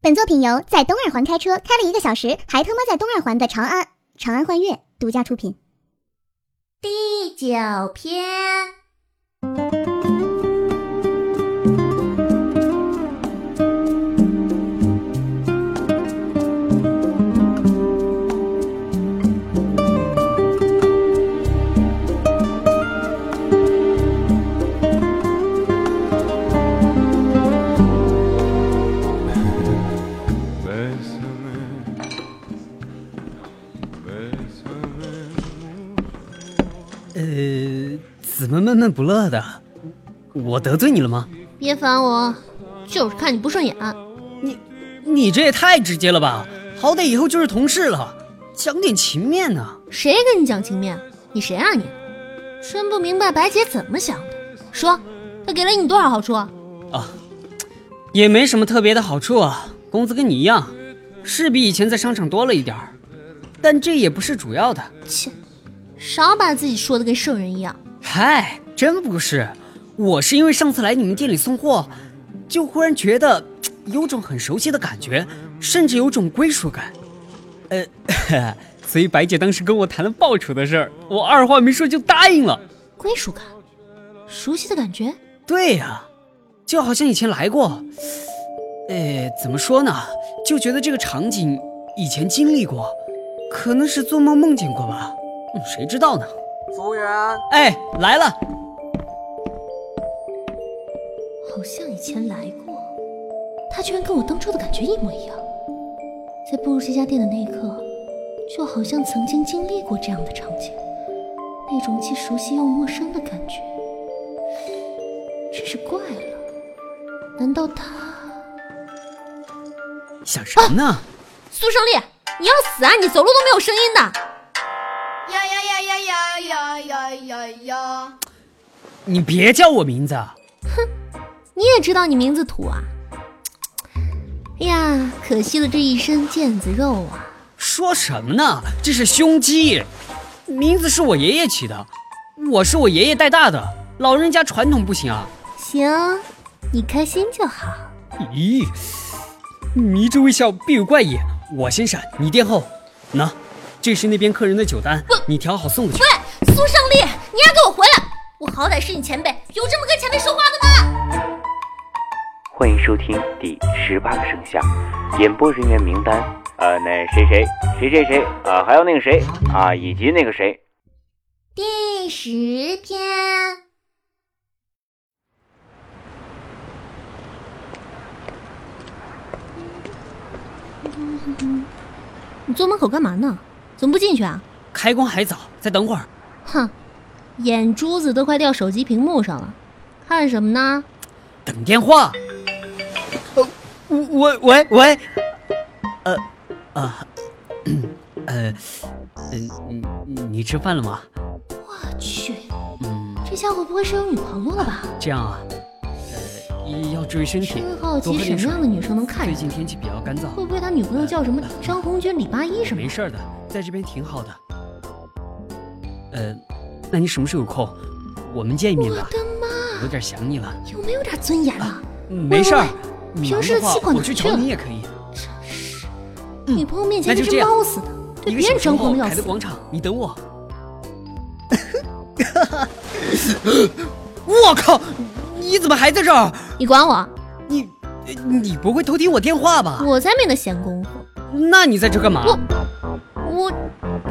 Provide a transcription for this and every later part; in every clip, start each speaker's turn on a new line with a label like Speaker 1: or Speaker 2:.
Speaker 1: 本作品由在东二环开车开了一个小时，还他妈在东二环的长安长安幻乐独家出品。
Speaker 2: 第九篇，
Speaker 3: Bésame, bésame mucho.
Speaker 4: 呃，怎么闷闷不乐的？我得罪你了吗？
Speaker 2: 别烦我，就是看你不顺眼。啊
Speaker 4: 你你这也太直接了吧！好歹以后就是同事了，讲点情面呐、
Speaker 2: 谁跟你讲情面？你谁啊你？真不明白白姐怎么想的。说，她给了你多少好处？啊
Speaker 4: 也没什么特别的好处啊，工资跟你一样，是比以前在商场多了一点儿，但这也不是主要的。
Speaker 2: 切，少把自己说的跟圣人一样。
Speaker 4: 嗨，真不是，我是因为上次来你们店里送货，就忽然觉得嘖有种很熟悉的感觉，甚至有种归属感。呃， 所以白姐当时跟我谈了报酬的事儿，我二话没说就答应了。
Speaker 2: 归属感，熟悉的感觉。
Speaker 4: 对呀、就好像以前来过。哎，怎么说呢？就觉得这个场景以前经历过，可能是做梦梦见过吧，嗯谁知道呢？
Speaker 5: 服务员，
Speaker 4: 哎，来了，
Speaker 2: 好像以前来过，他居然跟我当初的感觉一模一样。在步入这家店的那一刻，就好像曾经经历过这样的场景，那种既熟悉又陌生的感觉，真是怪了。难道他
Speaker 4: 想什么呢？
Speaker 2: 苏胜利，你要死啊！你走路都没有声音的。
Speaker 6: 呀呀呀呀呀呀呀呀呀！
Speaker 4: 你别叫我名字啊，
Speaker 2: 你也知道你名字土啊？哎呀，可惜了这一身腱子肉啊！
Speaker 4: 说什么呢？这是胸肌，名字是我爷爷起的，我是我爷爷带大的，老人家传统不行啊。
Speaker 2: 行，你开心就好。
Speaker 4: 咦，迷之微笑必有怪也，我先闪，你垫后。那，这是那边客人的酒单，你调好送过去。
Speaker 2: 喂，哎苏胜利，你丫给我回来！我好歹是你前辈，有这么跟前辈说话的吗？
Speaker 7: 欢迎收听第十八个盛夏，演播人员名单，呃，那谁谁谁谁谁啊、还有那个谁啊、以及那个谁，
Speaker 2: 第十篇，你坐门口干嘛呢？怎么不进去啊？
Speaker 4: 开工还早，再等会儿。
Speaker 2: 哼，眼珠子都快掉手机屏幕上了，看什么呢？
Speaker 4: 等电话。呃，喂喂喂，呃，啊， 呃，嗯、你你吃饭了吗？
Speaker 2: 我去，
Speaker 4: 嗯，
Speaker 2: 这家伙不会是有女朋友了吧？
Speaker 4: 这样啊，呃，要注意身体
Speaker 2: 真，好
Speaker 4: 多
Speaker 2: 奇
Speaker 4: 喝点
Speaker 2: 什么
Speaker 4: 水
Speaker 2: 样。的女生能看
Speaker 4: 最
Speaker 2: 上
Speaker 4: 近？天气比较干燥，
Speaker 2: 会不会他女朋友叫什么张红军、李八一什么
Speaker 4: 没
Speaker 2: 的？
Speaker 4: 事儿的，在这边挺好的。呃，那你什么时候有空？我们见一面
Speaker 2: 我
Speaker 4: 吧，
Speaker 2: 的妈！
Speaker 4: 有点想你了。嗯
Speaker 2: 有没有点尊严啊？
Speaker 4: 没事儿，你忙
Speaker 2: 平时
Speaker 4: 的
Speaker 2: 的
Speaker 4: 话
Speaker 2: 气管
Speaker 4: 我
Speaker 2: 哪
Speaker 4: 去
Speaker 2: 去
Speaker 4: 找
Speaker 2: 了
Speaker 4: 你也可以。
Speaker 2: 女朋友面前
Speaker 4: 嗯那
Speaker 2: 跟
Speaker 4: 就这
Speaker 2: 只
Speaker 4: 样
Speaker 2: 猫似的，对
Speaker 4: 一个
Speaker 2: 别
Speaker 4: 小
Speaker 2: 人
Speaker 4: 时
Speaker 2: 张
Speaker 4: 后
Speaker 2: 狂的要
Speaker 4: 凯
Speaker 2: 死
Speaker 4: 德。广场，你 等我。我靠，你怎么还在这儿？
Speaker 2: 你管我？
Speaker 4: 你你不会偷听我电话吧？
Speaker 2: 我才没那闲工夫，
Speaker 4: 那你在这干嘛？
Speaker 2: 我我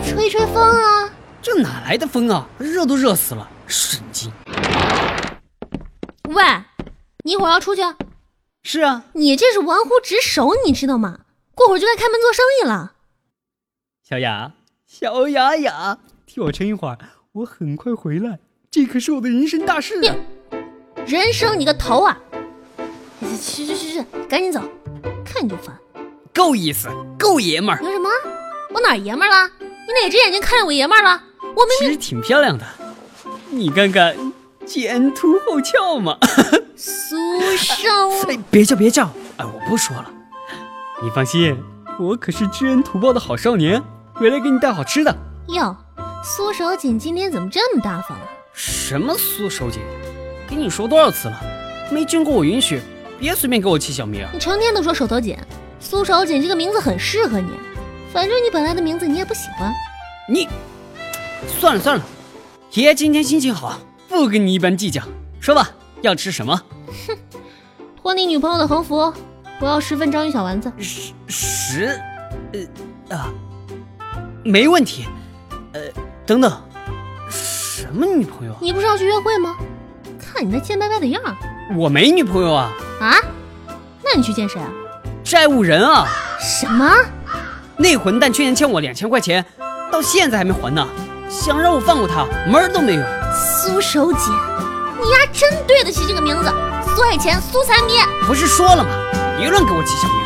Speaker 2: 吹吹风啊。
Speaker 4: 这哪来的风啊？热都热死了，神经！
Speaker 2: 喂，你一会儿要出去？
Speaker 4: 是啊，
Speaker 2: 你这是玩忽职守，你知道吗？过会儿就该开门做生意了。
Speaker 4: 小雅，小雅雅，替我撑一会儿，我很快回来。这可是我的人生大事啊！
Speaker 2: 人生你个头啊！哎去去去去，赶紧走，看你就烦。
Speaker 4: 够意思，够爷们儿，
Speaker 2: 有什么？我哪儿爷们儿了？你哪只眼睛看见我爷们儿了？我 明
Speaker 4: 其实挺漂亮的。你看看，前凸后翘嘛。
Speaker 2: 苏生，
Speaker 4: 哎，别叫别叫！哎，我不说了。你放心，我可是知恩图报的好少年，回来给你带好吃的。
Speaker 2: 哟，苏守锦今天怎么这么大方啊？
Speaker 4: 什么苏手姐，跟你说多少次了，没经过我允许，别随便给我起小名儿。
Speaker 2: 你成天都说手头紧，苏少锦这个名字很适合你，反正你本来的名字你也不喜欢。
Speaker 4: 你，算了算了，爷今天心情好，啊不跟你一般计较。说吧，要吃什么？
Speaker 2: 托你女朋友的横幅，我要十份章鱼小丸子。
Speaker 4: 十十，呃啊，没问题。呃，等等，什么女朋友啊？
Speaker 2: 你不是要去约会吗？看你那贱拜拜的样儿
Speaker 4: 我没女朋友啊，
Speaker 2: 啊！那你去见谁啊？
Speaker 4: 债务人啊！
Speaker 2: 什么？
Speaker 4: 那混蛋去年欠我两千块钱，到现在还没还呢，想让我放过他，门儿都没有。
Speaker 2: 苏手姐，你丫真对得起这个名字，苏海钱，苏残逼。
Speaker 4: 不是说了吗？别乱给我起小名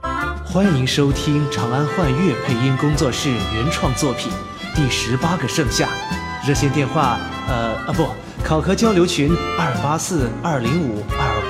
Speaker 4: 儿。
Speaker 5: 欢迎收听长安幻乐配音工作室原创作品《第十八个盛夏》，热线电话呃啊不，考核交流群二八四二零五二